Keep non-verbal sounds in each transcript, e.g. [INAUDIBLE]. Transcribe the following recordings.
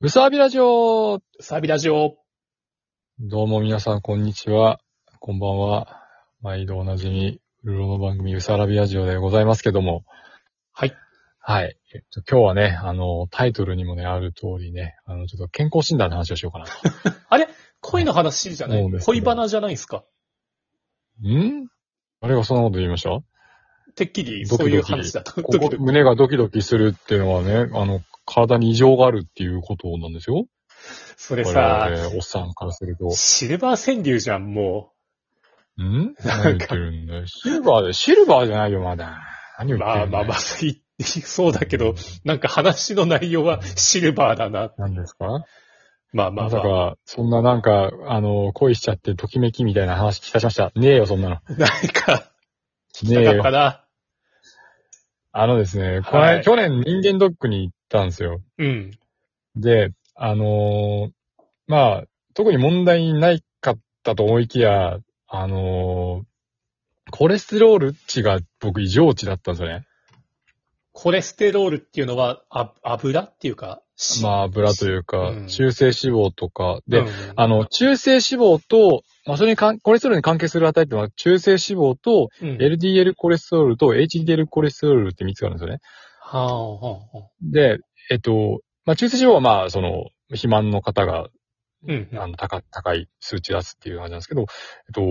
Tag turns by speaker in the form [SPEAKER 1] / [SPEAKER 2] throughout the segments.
[SPEAKER 1] うさびラジオ
[SPEAKER 2] サビラジオ。
[SPEAKER 1] どうも皆さん、こんにちは。こんばんは。毎度おなじみ、ウルロの番組、うさらびラジオでございますけども。
[SPEAKER 2] はい。
[SPEAKER 1] はい。えっと、今日はね、あの、タイトルにもね、ある通りね、あの、ちょっと健康診断の話をしようかな
[SPEAKER 2] [LAUGHS]
[SPEAKER 1] と。
[SPEAKER 2] 恋の話じゃな
[SPEAKER 1] そう
[SPEAKER 2] い
[SPEAKER 1] ですね
[SPEAKER 2] 恋バナじゃないですか。
[SPEAKER 1] んあれがそんなこと言いました
[SPEAKER 2] てっきりそういう話だと。
[SPEAKER 1] ここ
[SPEAKER 2] ドキドキ
[SPEAKER 1] 胸がドキドキするっていうのはね、あの、体に異常があるっていうことなんですよ。
[SPEAKER 2] それ
[SPEAKER 1] こ
[SPEAKER 2] さ、
[SPEAKER 1] れ、おっさんからすると。
[SPEAKER 2] シルバー川柳じゃん、も
[SPEAKER 1] ん何言ってるんだよ。シルバーで、シルバーじゃないよ、まだ。何を
[SPEAKER 2] う。
[SPEAKER 1] 言って
[SPEAKER 2] ま
[SPEAKER 1] る
[SPEAKER 2] あ
[SPEAKER 1] んだよ。
[SPEAKER 2] まあまあ、いいそうだけど、なんか話の内容はシルバーだな。
[SPEAKER 1] 何ですか
[SPEAKER 2] まあ
[SPEAKER 1] ま
[SPEAKER 2] まあま
[SPEAKER 1] さ
[SPEAKER 2] あ。
[SPEAKER 1] か、そんななんか、あの、恋しちゃって、ときめきみたいな話聞かしました。ねえよ、そ
[SPEAKER 2] [LAUGHS]
[SPEAKER 1] んなの。
[SPEAKER 2] なんか、
[SPEAKER 1] ねえ
[SPEAKER 2] なかった
[SPEAKER 1] よ。
[SPEAKER 2] な。
[SPEAKER 1] あのですね、こ
[SPEAKER 2] は
[SPEAKER 1] れ、
[SPEAKER 2] い
[SPEAKER 1] 去年人間ドックに行ったんですよ。
[SPEAKER 2] うん。
[SPEAKER 1] で、あのーまあ、特に問題ないかったと思いきや、あのーコレステロール値が僕異常値だったんですよね。
[SPEAKER 2] コレステロールっていうのは、あ油っていうか、し
[SPEAKER 1] まあ、油というか、
[SPEAKER 2] うん
[SPEAKER 1] 中性脂肪とか。で、
[SPEAKER 2] うん
[SPEAKER 1] あの、中性脂肪と、まあ、それにかん、コレステロールに関係する値っていうのは、中性脂肪と、
[SPEAKER 2] うん、
[SPEAKER 1] LDL コレステロールと HDL コレステロールって3つがあるんですよね。
[SPEAKER 2] はあ、はあ、はあ。
[SPEAKER 1] で、えっと、まあ、中性脂肪はまあ、その、肥満の方が、
[SPEAKER 2] うんうん
[SPEAKER 1] あの高高い数値出すっていう感じなんですけど、えっと、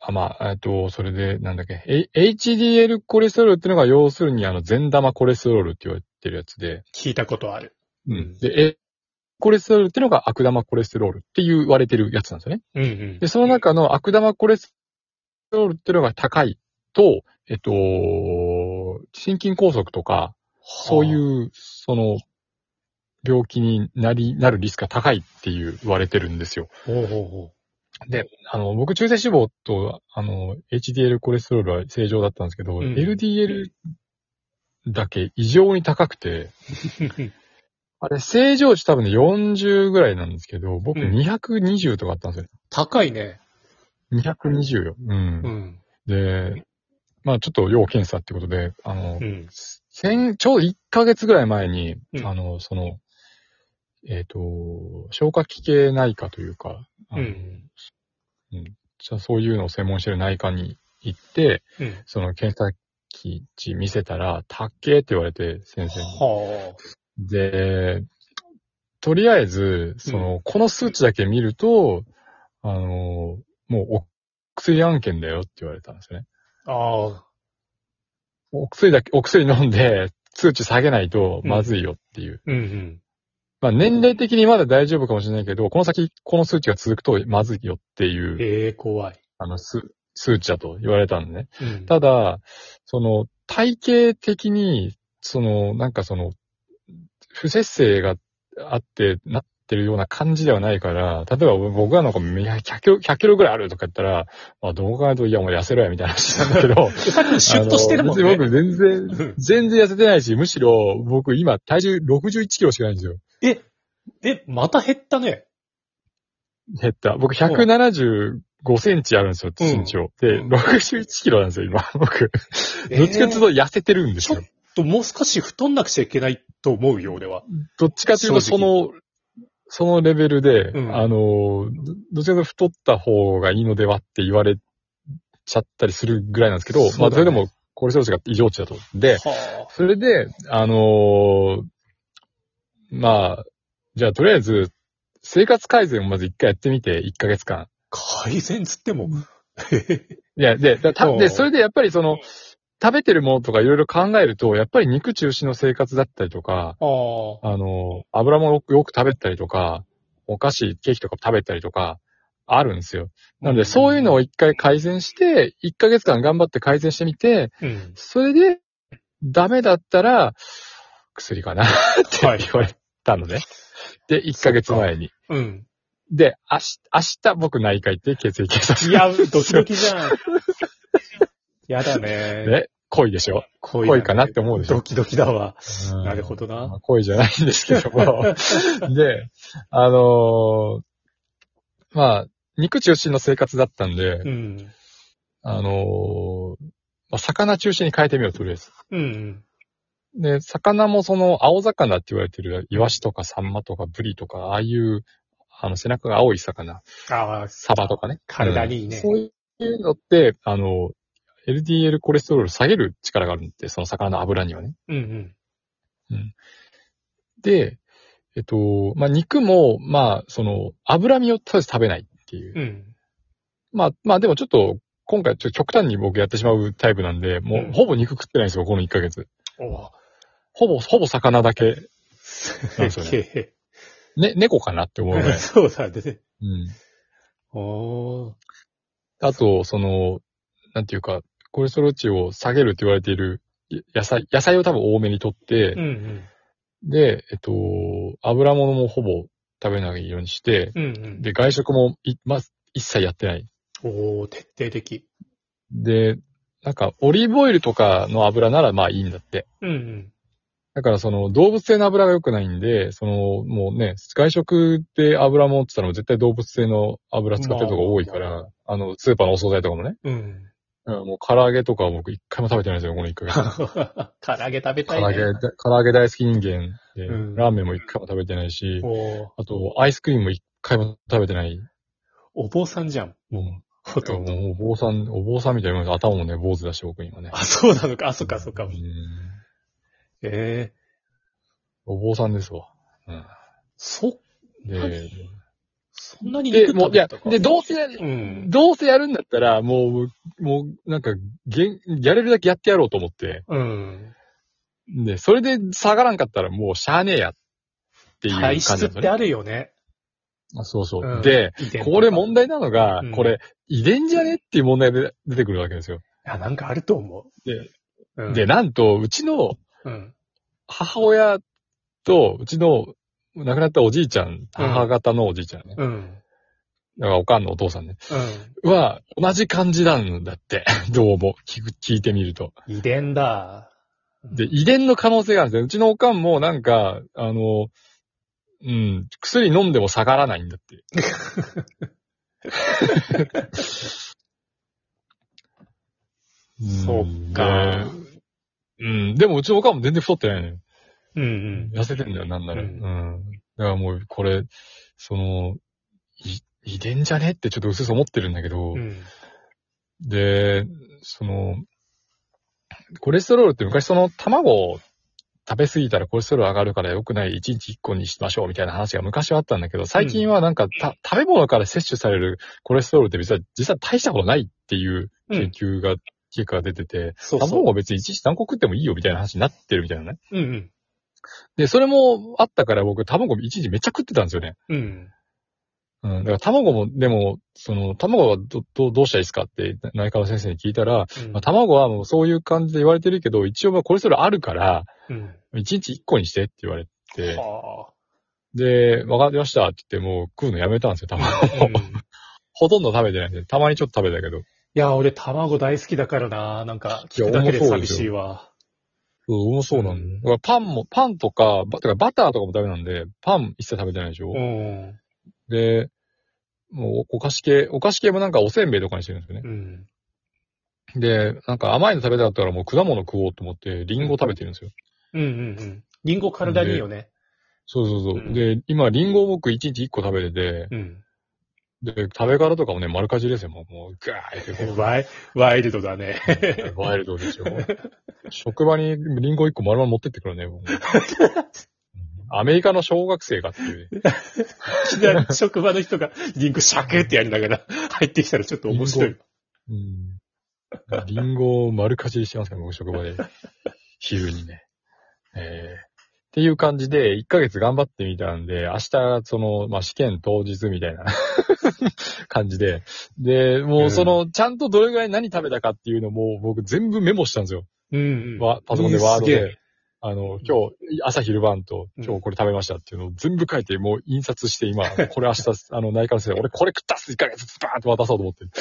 [SPEAKER 1] あまあ、えっと、それで、なんだっけ、え HDL コレステロールっていうのが、要するに、あの、善玉コレステロールって言われてるやつで、
[SPEAKER 2] 聞いたことある。うん
[SPEAKER 1] で、え、コレステロールっていうのが悪玉コレステロールって言われてるやつなんですよね。
[SPEAKER 2] うんうん
[SPEAKER 1] で、。その中の悪玉コレステロールっていうのが高いと、えっと、心筋梗塞とか、そう
[SPEAKER 2] う。
[SPEAKER 1] いう、その、病気になり、なるリスクが高いっていう言われてるんですよ。
[SPEAKER 2] ほうほうほ
[SPEAKER 1] で、あの、僕、中性脂肪と、あの、HDL コレステロールは正常だったんですけど、
[SPEAKER 2] うん
[SPEAKER 1] LDL だけ異常に高くて、
[SPEAKER 2] う。
[SPEAKER 1] あれ、正常値多分ね、40ぐらいなんですけど、僕
[SPEAKER 2] うん
[SPEAKER 1] 220とかあったんですよ。
[SPEAKER 2] 高いね。
[SPEAKER 1] 220よ。うん
[SPEAKER 2] うん。
[SPEAKER 1] で、まあちょっと要検査ってことで、あの
[SPEAKER 2] う、ん。
[SPEAKER 1] 先、ちょうど1ヶ月ぐらい前に、
[SPEAKER 2] うん
[SPEAKER 1] あの、その、えっ、と、消化器系内科というか、あ
[SPEAKER 2] う
[SPEAKER 1] の
[SPEAKER 2] ん。
[SPEAKER 1] じゃあそういうのを専門してる内科に行って、
[SPEAKER 2] うん。
[SPEAKER 1] その検査機値見せたら、たっけーって言われて、先生に。
[SPEAKER 2] は
[SPEAKER 1] で、とりあえず、その、この数値だけ見ると、あの、もうお薬案件だよって言われたんですよね。
[SPEAKER 2] あ。ああ。
[SPEAKER 1] お薬だけ、お薬飲んで、数値下げないとまずいよっていう。
[SPEAKER 2] うん
[SPEAKER 1] まあ年齢的にまだ大丈夫かもしれないけど、この先、この数値が続くとまずいよって
[SPEAKER 2] うん。
[SPEAKER 1] いう、
[SPEAKER 2] ええ怖い。
[SPEAKER 1] あの、数、数値だと言われたんでね。
[SPEAKER 2] うん
[SPEAKER 1] ただ、その、体系的に、その、なんかその、不節制があって、なってるような感じではないから、例えば僕がなんか100キロ、100キロぐらいあるとか言ったら、まあ、どう考えると、いや、もう痩せろや、みたいな話なんだけど、
[SPEAKER 2] さっき [LAUGHS] シュッとしてるもん
[SPEAKER 1] あの
[SPEAKER 2] ね。
[SPEAKER 1] 別に僕全然、
[SPEAKER 2] うん
[SPEAKER 1] 全然痩せてないし、むしろ僕今体重61キロしかないんですよ。
[SPEAKER 2] え、え、また減ったね。
[SPEAKER 1] 減った。僕175センチあるんですよ、
[SPEAKER 2] うん
[SPEAKER 1] 身長。で、
[SPEAKER 2] うん
[SPEAKER 1] 61キロなんですよ、今。 [LAUGHS] 僕。どっちかというと痩せてるんですよ。
[SPEAKER 2] ちょと、もう少し太んなくちゃいけないと思うよ、俺は。
[SPEAKER 1] どっちかというとその、そのレベルで、
[SPEAKER 2] うん
[SPEAKER 1] あの、どどっちかというと太った方がいいのではって言われちゃったりするぐらいなんですけど、
[SPEAKER 2] そうだね
[SPEAKER 1] まあそれでもコレステロール値が異常値だと。で、
[SPEAKER 2] は
[SPEAKER 1] それで、あのーまあ、じゃあとりあえず、生活改善をまず一回やってみて、1ヶ月間。
[SPEAKER 2] あ。改善つっても。
[SPEAKER 1] いや、で、だた
[SPEAKER 2] おう
[SPEAKER 1] で、それでやっぱりその、食べてるものとかいろいろ考えると、やっぱり肉中心の生活だったりとか、
[SPEAKER 2] ああ。
[SPEAKER 1] あの、油もよくよく食べたりとか、お菓子、ケーキとか食べたりとか、あるんですよ。なので、そういうのを一回改善して、1ヶ月間頑張って改善してみて、
[SPEAKER 2] うん。
[SPEAKER 1] それで、ダメだったら、薬
[SPEAKER 2] [LAUGHS]
[SPEAKER 1] かなって言
[SPEAKER 2] は
[SPEAKER 1] わ
[SPEAKER 2] い
[SPEAKER 1] れたのね。で、1ヶ月前に。
[SPEAKER 2] うん。
[SPEAKER 1] で、明日、明日僕内科行って血液検査す
[SPEAKER 2] い
[SPEAKER 1] る。
[SPEAKER 2] や、ドキドキじゃん。 [LAUGHS] やだね。
[SPEAKER 1] ね、濃いでしょ
[SPEAKER 2] 恋
[SPEAKER 1] 濃いかなって思うでしょ
[SPEAKER 2] ドキドキだわ。
[SPEAKER 1] うん
[SPEAKER 2] なるほどな
[SPEAKER 1] まあ恋じゃないんですけど
[SPEAKER 2] [LAUGHS]
[SPEAKER 1] も。で、あのーまあ、肉中心の生活だったんで、
[SPEAKER 2] うん。
[SPEAKER 1] あのーまあ、魚中心に変えてみよう、とりあえず。
[SPEAKER 2] うん。
[SPEAKER 1] で、魚もその青魚って言われてるイワシとかサンマとかブリとか、ああいう、あの背中が青い魚、
[SPEAKER 2] ああ、
[SPEAKER 1] サバとかね。
[SPEAKER 2] 体にいいね
[SPEAKER 1] うんそういうのって、あの、LDL コレステロール下げる力があるんで、その魚の油にはね。
[SPEAKER 2] うんうん。
[SPEAKER 1] で、えっと、まあ、肉も、まあ、その、脂身をとりあえず食べないっていう。
[SPEAKER 2] うん。
[SPEAKER 1] まあ、まあでもちょっと、今回ちょっと極端に僕やってしまうタイプなんで、も
[SPEAKER 2] う
[SPEAKER 1] うんほぼ肉食ってないんですよ、この1ヶ月。
[SPEAKER 2] おう。
[SPEAKER 1] ほぼ、ほぼ魚
[SPEAKER 2] [LAUGHS]
[SPEAKER 1] だけ。
[SPEAKER 2] す
[SPEAKER 1] なんですよ
[SPEAKER 2] げえ。
[SPEAKER 1] ね、猫かなって思うぐらい。
[SPEAKER 2] [LAUGHS] そうだね。
[SPEAKER 1] うん。
[SPEAKER 2] おー。
[SPEAKER 1] あと、その、なんていうか、コレステロール値を下げるって言われているい野菜、野菜を多分多めにとって、
[SPEAKER 2] うんうん。
[SPEAKER 1] で、えっと、油物もほぼ食べないようにして、
[SPEAKER 2] うんうん。
[SPEAKER 1] で、外食もい、ま、一切やってない。
[SPEAKER 2] おー、徹底的。
[SPEAKER 1] で、なんか、オリーブオイルとかの油ならまあいいんだって。
[SPEAKER 2] うんうん。
[SPEAKER 1] だからその動物性の油が良くないんで、そのもうね、外食で油もって言ったら絶対動物性の油使ってるとこ多いから、
[SPEAKER 2] ま
[SPEAKER 1] あ、の、スーパーのお惣菜とかもね、
[SPEAKER 2] うん。
[SPEAKER 1] うん、もう唐揚げとかは僕一回も食べてないんですよ、この一ヶ月。
[SPEAKER 2] 唐揚げ食べた
[SPEAKER 1] 唐
[SPEAKER 2] い
[SPEAKER 1] 揚
[SPEAKER 2] ね。
[SPEAKER 1] げ、唐揚げ大好き人間で、
[SPEAKER 2] うん
[SPEAKER 1] ラーメンも一回も食べてないし、
[SPEAKER 2] おー
[SPEAKER 1] あとアイスクリームも一回も食べてない。
[SPEAKER 2] お坊さんじゃん。
[SPEAKER 1] も
[SPEAKER 2] ほ
[SPEAKER 1] う、
[SPEAKER 2] とんど。
[SPEAKER 1] もうお坊さん、お坊さんみたいな、頭もね、坊主だし、僕今ね。
[SPEAKER 2] あ、そうなのか。あ、そっか、そっか
[SPEAKER 1] う。ん
[SPEAKER 2] ええ
[SPEAKER 1] お坊さんですわ。うん
[SPEAKER 2] そ、
[SPEAKER 1] で、
[SPEAKER 2] そんなに
[SPEAKER 1] で、
[SPEAKER 2] 肉
[SPEAKER 1] も
[SPEAKER 2] 食
[SPEAKER 1] う、いや
[SPEAKER 2] べた、か
[SPEAKER 1] で、どうせ、
[SPEAKER 2] うん。
[SPEAKER 1] どうせやるんだったら、もう、もう、なんか、げん、やれるだけやってやろうと思って。
[SPEAKER 2] うん。
[SPEAKER 1] で、それで下がらんかったら、もう、しゃあねえや。っていう感
[SPEAKER 2] 体
[SPEAKER 1] じなん
[SPEAKER 2] 質
[SPEAKER 1] で
[SPEAKER 2] っ
[SPEAKER 1] すよ
[SPEAKER 2] て
[SPEAKER 1] ね。
[SPEAKER 2] あるよね。
[SPEAKER 1] あそうそう。
[SPEAKER 2] うん
[SPEAKER 1] で、
[SPEAKER 2] 遺伝とか
[SPEAKER 1] これ問題なのが、
[SPEAKER 2] うん
[SPEAKER 1] これ、遺伝じゃねっていう問題で出てくるわけですよ。
[SPEAKER 2] いや、なんかあると思う。
[SPEAKER 1] で、
[SPEAKER 2] うん、
[SPEAKER 1] で、なんと、うちの
[SPEAKER 2] うん。
[SPEAKER 1] 母親と、うちの亡くなったおじいちゃん、母方のおじいちゃんね。
[SPEAKER 2] うん。
[SPEAKER 1] だから、おかんのお父さんね。
[SPEAKER 2] うん。
[SPEAKER 1] は、同じ感じなんだって。 [LAUGHS] どうも、聞く、聞いてみると。
[SPEAKER 2] 遺伝だ。
[SPEAKER 1] で、遺伝の可能性があるんですよ。うちのおかんもなんか、あの、うん、薬飲んでも下がらないんだって。
[SPEAKER 2] [LAUGHS] そっか
[SPEAKER 1] で。うん、でもうちのおかんも全然太ってないのよ。
[SPEAKER 2] うんうん。
[SPEAKER 1] 痩せてんだよ、なんなら。う。
[SPEAKER 2] うんん
[SPEAKER 1] だからもう、これ、その、い遺伝じゃねってちょっと薄々思ってるんだけど、
[SPEAKER 2] うん。
[SPEAKER 1] で、その、コレステロールって昔その卵を食べ過ぎたらコレステロール上がるから良くない1日1個にしましょうみたいな話が昔はあったんだけど、最近はなんかた、食べ物から摂取されるコレステロールって実は、実は大したことないっていう
[SPEAKER 2] う
[SPEAKER 1] 研
[SPEAKER 2] ん。
[SPEAKER 1] 究が、結果が出てて、
[SPEAKER 2] そう
[SPEAKER 1] 卵
[SPEAKER 2] そ
[SPEAKER 1] は別に1日何個食ってもいいよみたいな話になってるみたいなね。
[SPEAKER 2] う。うん
[SPEAKER 1] で、それもあったから僕卵1日めっちゃ食ってたんですよね。
[SPEAKER 2] うん。うん。
[SPEAKER 1] うん。だから卵も、でも、その、卵はど、どうどうしたらいいですかって内科の先生に聞いたら、
[SPEAKER 2] うん
[SPEAKER 1] まあ、卵はもうそういう感じで言われてるけど、一応まあコレステロールあるから、
[SPEAKER 2] うん。
[SPEAKER 1] 1日1個にしてって言われて、
[SPEAKER 2] は
[SPEAKER 1] で、わかりましたって言ってもう食うのやめたんですよ、
[SPEAKER 2] [LAUGHS] あ。
[SPEAKER 1] 卵
[SPEAKER 2] う
[SPEAKER 1] を。
[SPEAKER 2] ん
[SPEAKER 1] ほとんど食べてないんで、たまにちょっと食べたけど、
[SPEAKER 2] いや、俺卵大好きだからな。なんか、聞くだけで寂しいわ。
[SPEAKER 1] そう、もそうなんだ。だからパンも、パンとか、バてかバターとかもダメなんで、パン一切食べてないでしょ、
[SPEAKER 2] うん。
[SPEAKER 1] で、もうお菓子系、お菓子系もなんかおせんべいとかにしてるんですよね。
[SPEAKER 2] うん。
[SPEAKER 1] で、なんか甘いの食べたかったらもう果物食おうと思って、リンゴ食べてるんですよ。
[SPEAKER 2] うんうんうん。リンゴ体にいいよね。
[SPEAKER 1] そうそうそう。
[SPEAKER 2] うん
[SPEAKER 1] で、今リンゴを僕1日1個食べてて、
[SPEAKER 2] うん。
[SPEAKER 1] で、食べ方とかもね、丸かじりですよ。もう、もうガーってこ
[SPEAKER 2] ワイ、ワイルドだね。 [LAUGHS]
[SPEAKER 1] う、ワイルドですよ。職場にリンゴ1個丸々持ってってくる [LAUGHS] ね。もうアメリカの小学生がっていう、ね。
[SPEAKER 2] いきなり職場の人がリンゴシャクってやりながら入ってきたらちょっと面白い。
[SPEAKER 1] うん。リンゴを丸かじりしてますから、僕職場で。昼にね。えーっていう感じで、1ヶ月頑張ってみたんで、明日、その、まあ、試験当日みたいな [LAUGHS] 感じで。で、もうその、ちゃんとどれぐらい何食べたかっていうのも、僕全部メモしたんですよ。
[SPEAKER 2] うんうん。
[SPEAKER 1] わパソコンでワード
[SPEAKER 2] うんすげ
[SPEAKER 1] で
[SPEAKER 2] え、
[SPEAKER 1] あの、今日、朝昼晩と、
[SPEAKER 2] うん
[SPEAKER 1] 今日これ食べましたっていうのを全部書いて、もう印刷して今、 [LAUGHS] これ明日、あの、内科の先生、俺これ食ったっす !1 ヶ月バーンって渡そうと思って。 [LAUGHS]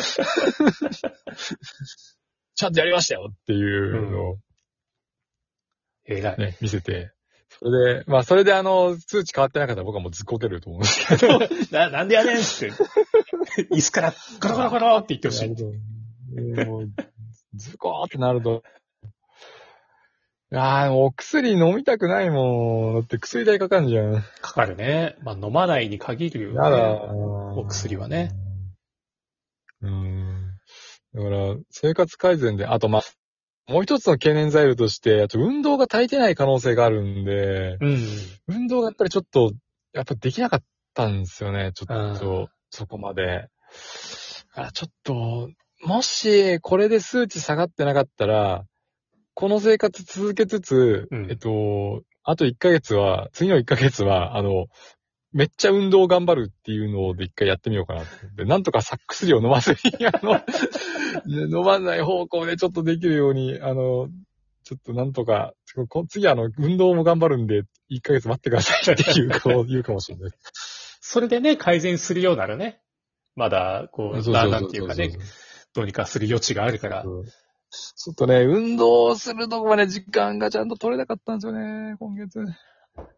[SPEAKER 1] ちゃんとやりましたよっていうのを
[SPEAKER 2] 偉い。
[SPEAKER 1] ね、見せて。それで、まあ、それであの、数値変わってなかったら僕はもうずっこけると思うんですけど。
[SPEAKER 2] な、なんでやねんっ
[SPEAKER 1] [LAUGHS]
[SPEAKER 2] つって。椅子からゴロゴロゴロって言ってほしい。
[SPEAKER 1] もう、ずこーってなると、ああ、お薬飲みたくないもん。だって薬代かかんじゃん。
[SPEAKER 2] かかるね。まあ、飲まないに限るよ、ね。
[SPEAKER 1] やだ。
[SPEAKER 2] お薬はね。
[SPEAKER 1] うん。だから、生活改善で、あとまあ、もう一つの懸念材料として、あと運動が足りてない可能性があるんで、
[SPEAKER 2] うん。
[SPEAKER 1] 運動がやっぱりちょっと、やっぱできなかったんですよね、ちょっと、そこまで。あちょっと、もし、これで数値下がってなかったら、この生活続けつつ、
[SPEAKER 2] うん
[SPEAKER 1] えっと、あと1ヶ月は、次の1ヶ月は、あの、めっちゃ運動頑張るっていうので一回やってみようかなって思って。なんとかサックス量飲まずに、あの、飲まない方向でちょっとできるように、あの、ちょっとなんとか、こ次あの、運動も頑張るんで、1ヶ月待ってくださいっていうこう言うかもしれ
[SPEAKER 2] [LAUGHS]
[SPEAKER 1] ない。
[SPEAKER 2] それでね、改善するようならね。まだ、こう、だんだんっていうかね、どうにかする余地があるから。
[SPEAKER 1] うんちょっとね、運動するとこまで時間がちゃんと取れなかったんですよね、今月。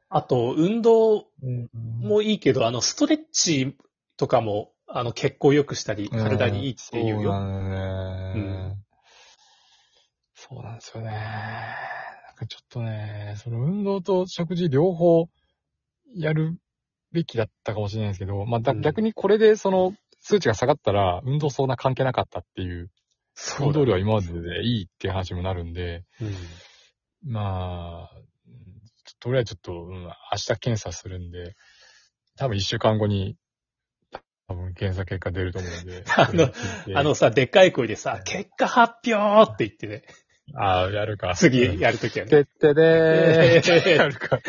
[SPEAKER 2] あと、運動
[SPEAKER 1] も
[SPEAKER 2] もいいけど、あの、ストレッチとかも、あの、血行良くしたり、体にいいっていう
[SPEAKER 1] そう
[SPEAKER 2] よ。
[SPEAKER 1] なんだよね、
[SPEAKER 2] うん
[SPEAKER 1] そうなんですよね。なんかちょっとね、その運動と食事両方やるべきだったかもしれないですけど、まあ、だ
[SPEAKER 2] うん
[SPEAKER 1] 逆にこれでその数値が下がったら、運動そんな関係なかったっていう、
[SPEAKER 2] そ
[SPEAKER 1] 運
[SPEAKER 2] うだ
[SPEAKER 1] 動量は今まででいいっていう話にもなるんで、
[SPEAKER 2] うん。
[SPEAKER 1] まあ、うんとりあえずちょっと、うん明日検査するんで、多分一週間後に、多分検査結果出ると思うんで
[SPEAKER 2] [LAUGHS] あ
[SPEAKER 1] そ
[SPEAKER 2] の
[SPEAKER 1] れ聞いて
[SPEAKER 2] あの、さ、でっかい声でさ、結果発表って言ってね、
[SPEAKER 1] あやるか。
[SPEAKER 2] 次
[SPEAKER 1] や
[SPEAKER 2] やるときはね。
[SPEAKER 1] てってでー
[SPEAKER 2] えー
[SPEAKER 1] やるか。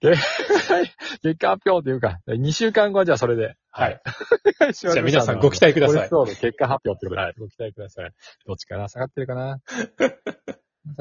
[SPEAKER 1] で [LAUGHS] 結果発表っていうか、2週間後はじゃあそれで。
[SPEAKER 2] [LAUGHS] はい。
[SPEAKER 1] お願いします
[SPEAKER 2] じゃあ皆さんご期待ください
[SPEAKER 1] これそうの結果発表ってことで、はい、ご期待ください。どっちかな下がってるかな